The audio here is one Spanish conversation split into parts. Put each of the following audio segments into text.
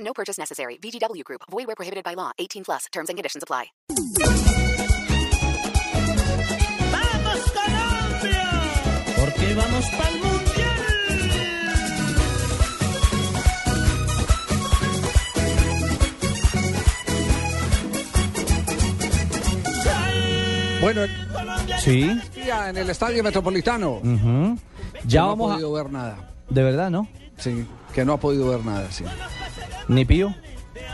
No purchase necessary. VGW Group. Void where prohibited by law. 18 plus. Terms and conditions apply. ¡Vamos Colombia! Porque vamos pa'l mundial. Bueno, Sí, ya en el estadio metropolitano. ya no ha vamos a... podido ver nada. De verdad, ¿no? Sí, que no ha podido ver nada, sí. Ni pío.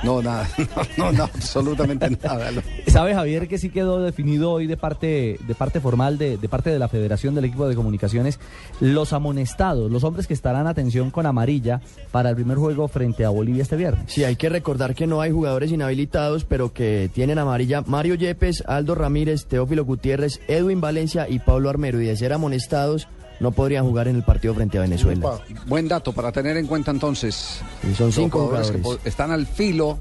No, nada. No, no, no, absolutamente nada. Lo- ¿Sabe, Javier, que sí quedó definido hoy de parte, de parte formal, de, de parte de la Federación del Equipo de Comunicaciones, los amonestados, los hombres que estarán atención con amarilla para el primer juego frente a Bolivia este viernes? Sí, hay que recordar que no hay jugadores inhabilitados, pero que tienen amarilla Mario Yepes, Aldo Ramírez, Teófilo Gutiérrez, Edwin Valencia y Pablo Armero. Y de ser amonestados, no podrían jugar en el partido frente a Venezuela. Buen dato para tener en cuenta entonces. Y son Los cinco que jugadores. po- están al filo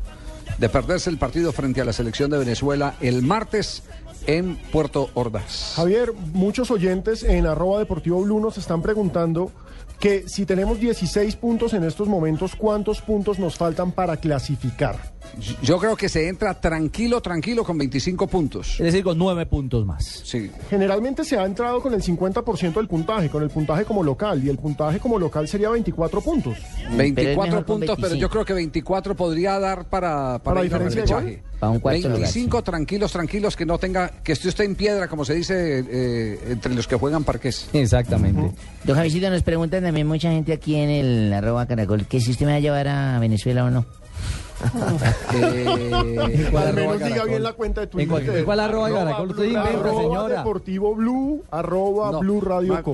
de perderse el partido frente a la selección de Venezuela el martes en Puerto Ordaz. Javier, muchos oyentes en arroba deportivo blue nos están preguntando que si tenemos 16 puntos en estos momentos, ¿cuántos puntos nos faltan para clasificar? Yo creo que se entra tranquilo, tranquilo con 25 puntos. Es decir, con nueve puntos más. Sí. Generalmente se ha entrado con el 50% del puntaje, con el puntaje como local, y el puntaje como local sería 24 puntos. Pero es 24 mejor con puntos, pero yo 25. creo que 24 podría dar para, para, ¿Para ir al diferencia de repechaje. gol? Para un cuarto lugar, 25 tranquilos, tranquilos, que no tenga, que esté usted en piedra, como se dice eh, entre los que juegan parques. Exactamente. Don Javisito, nos preguntan también mucha gente aquí en el arroba caracol que si usted me va a llevar a Venezuela o no. Eh, Al menos diga bien la cuenta de ¿En Twitter. cuál- en cuál arroba Caracol? Usted inventa, arroba señora. Deportivo Blue, arroba No. Blue Radio Ma- Co.